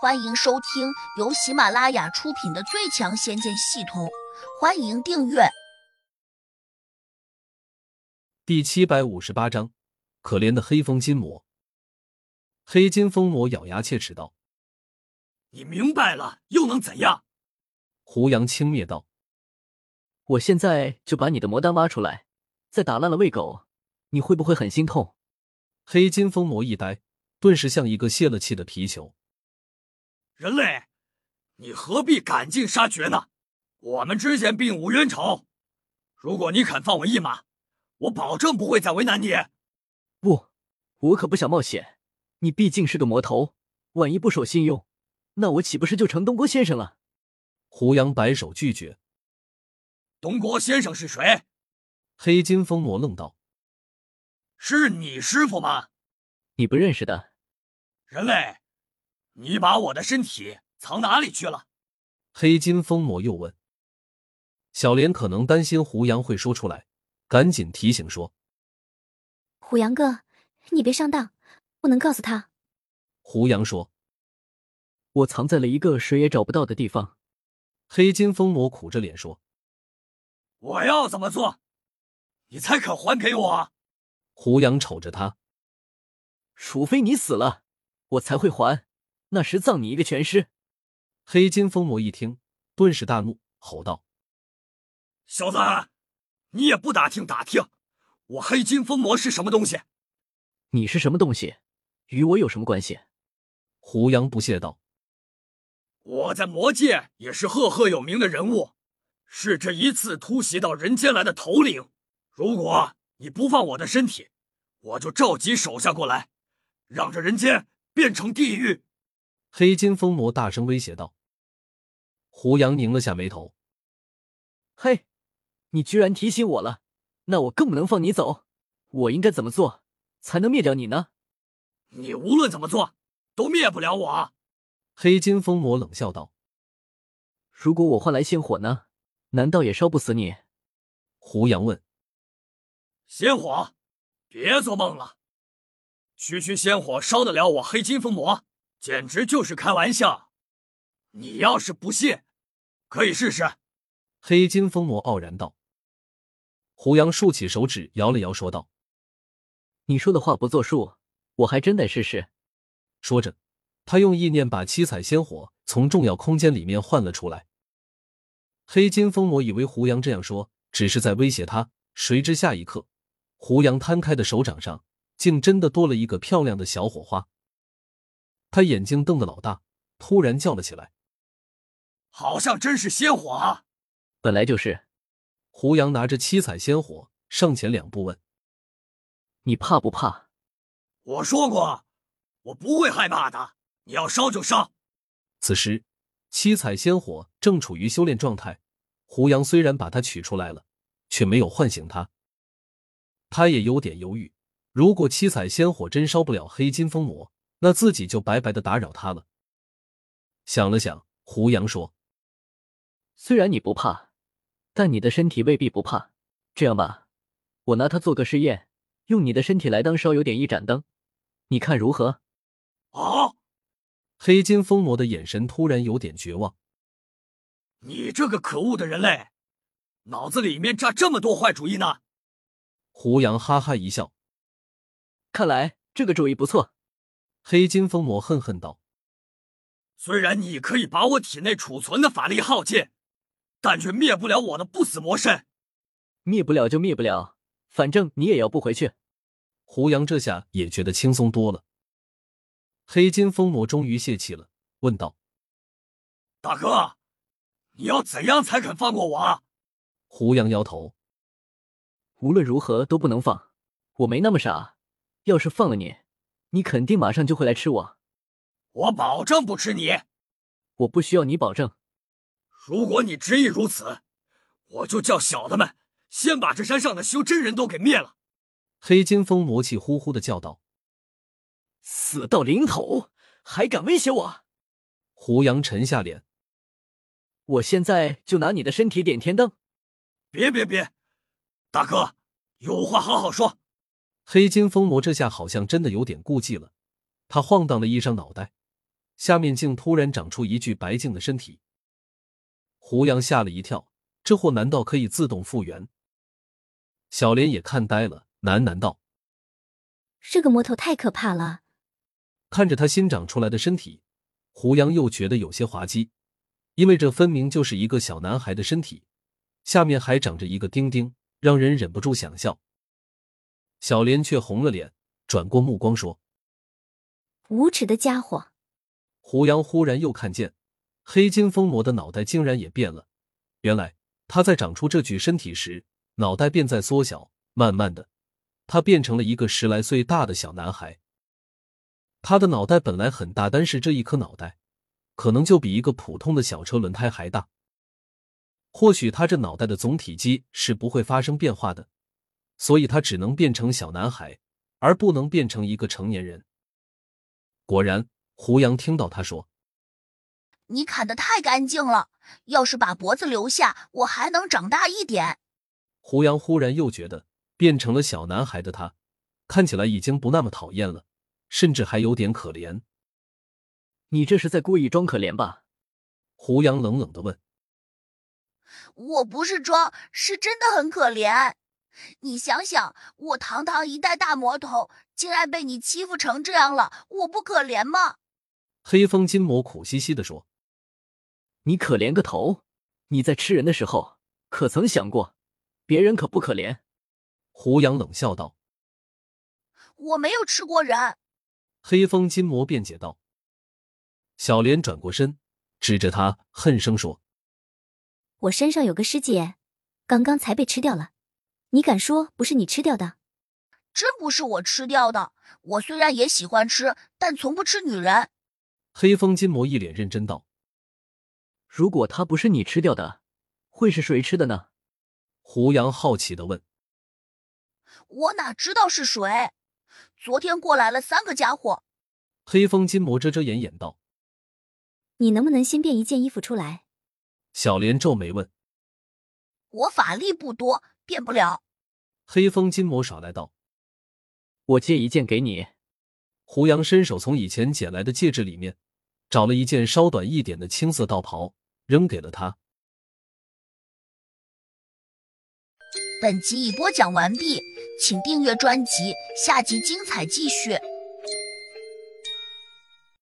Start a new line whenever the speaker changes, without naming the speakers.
欢迎收听由喜马拉雅出品的《最强仙剑系统》，欢迎订阅。
第七百五十八章，可怜的黑风金魔。黑金风魔咬牙切齿道
你明白了又能怎样？：“
胡杨轻蔑道，
我现在就把你的魔丹挖出来，再打烂了喂狗，你会不会很心痛？
黑金风魔一呆，顿时像一个泄了气的皮球。
人类，你何必赶尽杀绝呢？我们之间并无冤仇。如果你肯放我一马，我保证不会再为难你。
不，我可不想冒险。你毕竟是个魔头，万一不守信用，那我岂不是就成东郭先生了？”
胡杨摆手拒绝。
东郭先生是谁？
黑金风魔愣道
是你师傅吗？
你不认识的，
人类，你把我的身体藏哪里去了？：“
黑金风魔又问。”小莲可能担心胡杨会说出来，赶紧提醒说。
虎杨哥，你别上当，不能告诉他。
胡杨说
我藏在了一个谁也找不到的地方。：“
黑金风魔苦着脸说。
我要怎么做，你才肯还给我？”
胡杨瞅着他，
除非你死了，我才会还。那时葬你一个全尸。
黑金风魔一听，顿时大怒，吼道
小子，你也不打听打听，我黑金风魔是什么东西？
你是什么东西？与我有什么关系？：“
胡杨不屑道。”
我在魔界也是赫赫有名的人物，是这一次突袭到人间来的头领。如果你不放我的身体，我就召集手下过来，让这人间变成地狱。
黑金风魔大声威胁道。胡杨拧了下眉头，
嘿，你居然提醒我了，那我更不能放你走。我应该怎么做才能灭掉你呢？
你无论怎么做，都灭不了我。
黑金风魔冷笑道。
如果我换来仙火呢？难道也烧不死你？
胡杨问
仙火，别做梦了，区区仙火烧得了我黑金风魔，简直就是开玩笑。你要是不信，可以试试。
黑金风魔傲然道。胡杨竖起手指摇了摇，说道
你说的话不作数，我还真得试试。：“
说着，他用意念把七彩仙火从重要空间里面唤了出来。”黑金风魔以为胡杨这样说只是在威胁他，谁知下一刻，胡杨摊开的手掌上竟真的多了一个漂亮的小火花。他眼睛瞪得老大，突然叫了起来。
好像真是仙火啊！
本来就是，
胡杨拿着七彩仙火上前两步问
你怕不怕？
我说过，啊我不会害怕的。你要烧就烧。：“
此时，七彩仙火正处于修炼状态，胡杨虽然把它取出来了，却没有唤醒它。他也有点犹豫，如果七彩仙火真烧不了黑金风魔，那自己就白白的打扰他了。”想了想，胡杨说
虽然你不怕，但你的身体未必不怕。这样吧，我拿它做个试验，用你的身体来当烧油点一盏灯，你看如何？
好，：“
黑金风魔的眼神突然有点绝望。
你这个可恶的人类，脑子里面炸这么多坏主意呢！”
胡杨哈哈一笑，
看来这个主意不错。
黑金风魔恨恨道
虽然你可以把我体内储存的法力耗尽，但却灭不了我的不死魔身。
灭不了就灭不了，反正你也要不回去。：“
胡杨这下也觉得轻松多了。”黑金风魔终于泄气了，问道。
大哥，你要怎样才肯放过我啊？
胡杨摇头，
无论如何都不能放。我没那么傻，要是放了你，你肯定马上就会来吃我。
我保证不吃你。
我不需要你保证。
如果你执意如此，我就叫小的们先把这山上的修真人都给灭了。
黑金风魔气呼呼的叫道。
死到临头还敢威胁我？
胡杨沉下脸，
我现在就拿你的身体点天灯。
别别别，大哥，有话好好说。
黑金风魔这下好像真的有点顾忌了，他晃荡了一上脑袋，下面竟突然长出一具白净的身体。胡杨吓了一跳，这货难道可以自动复原？小莲也看呆了，喃喃道
这个魔头太可怕了。：“
看着他新长出来的身体，胡杨又觉得有些滑稽，因为这分明就是一个小男孩的身体，下面还长着一个钉钉，让人忍不住想笑。”小莲却红了脸，转过目光说：“
无耻的家伙！
胡杨忽然又看见黑金风魔的脑袋竟然也变了。原来他在长出这具身体时，脑袋便在缩小，慢慢的，他变成了一个十来岁大的小男孩。他的脑袋本来很大，但是这一颗脑袋可能就比一个普通的小车轮胎还大。或许他这脑袋的总体积是不会发生变化的，所以他只能变成小男孩，而不能变成一个成年人。果然，胡杨听到他说
你砍得太干净了，要是把脖子留下，我还能长大一点。
胡杨忽然又觉得，变成了小男孩的他，看起来已经不那么讨厌了，甚至还有点可怜。
你这是在故意装可怜吧？
胡杨冷冷的问
我不是装，是真的很可怜。你想想，我堂堂一代大魔头，竟然被你欺负成这样了，我不可怜吗？
黑风金魔，苦兮兮的说
你可怜个头！你在吃人的时候可曾想过，别人可不可怜？：“
胡杨冷笑道。
我没有吃过人，”
黑风金魔辩解道。小莲转过身，指着他恨声说
我身上有个师姐，刚刚才被吃掉了。你敢说不是你吃掉的？
真不是我吃掉的。我虽然也喜欢吃，但从不吃女人。：“
黑风金魔，一脸认真道。
如果他不是你吃掉的，会是谁吃的呢？”
胡杨好奇的问
我哪知道是谁？昨天过来了三个家伙，：“
黑风金魔，遮遮掩掩道。
你能不能先变一件衣服出来？”
小莲皱眉问
我法力不多，变不了。
黑风金魔，耍赖道。
我借一件给你。
胡杨伸手从以前捡来的戒指里面找了一件稍短一点的青色道袍，扔给了他。
本集已播讲完毕，请订阅专辑，下集精彩继续。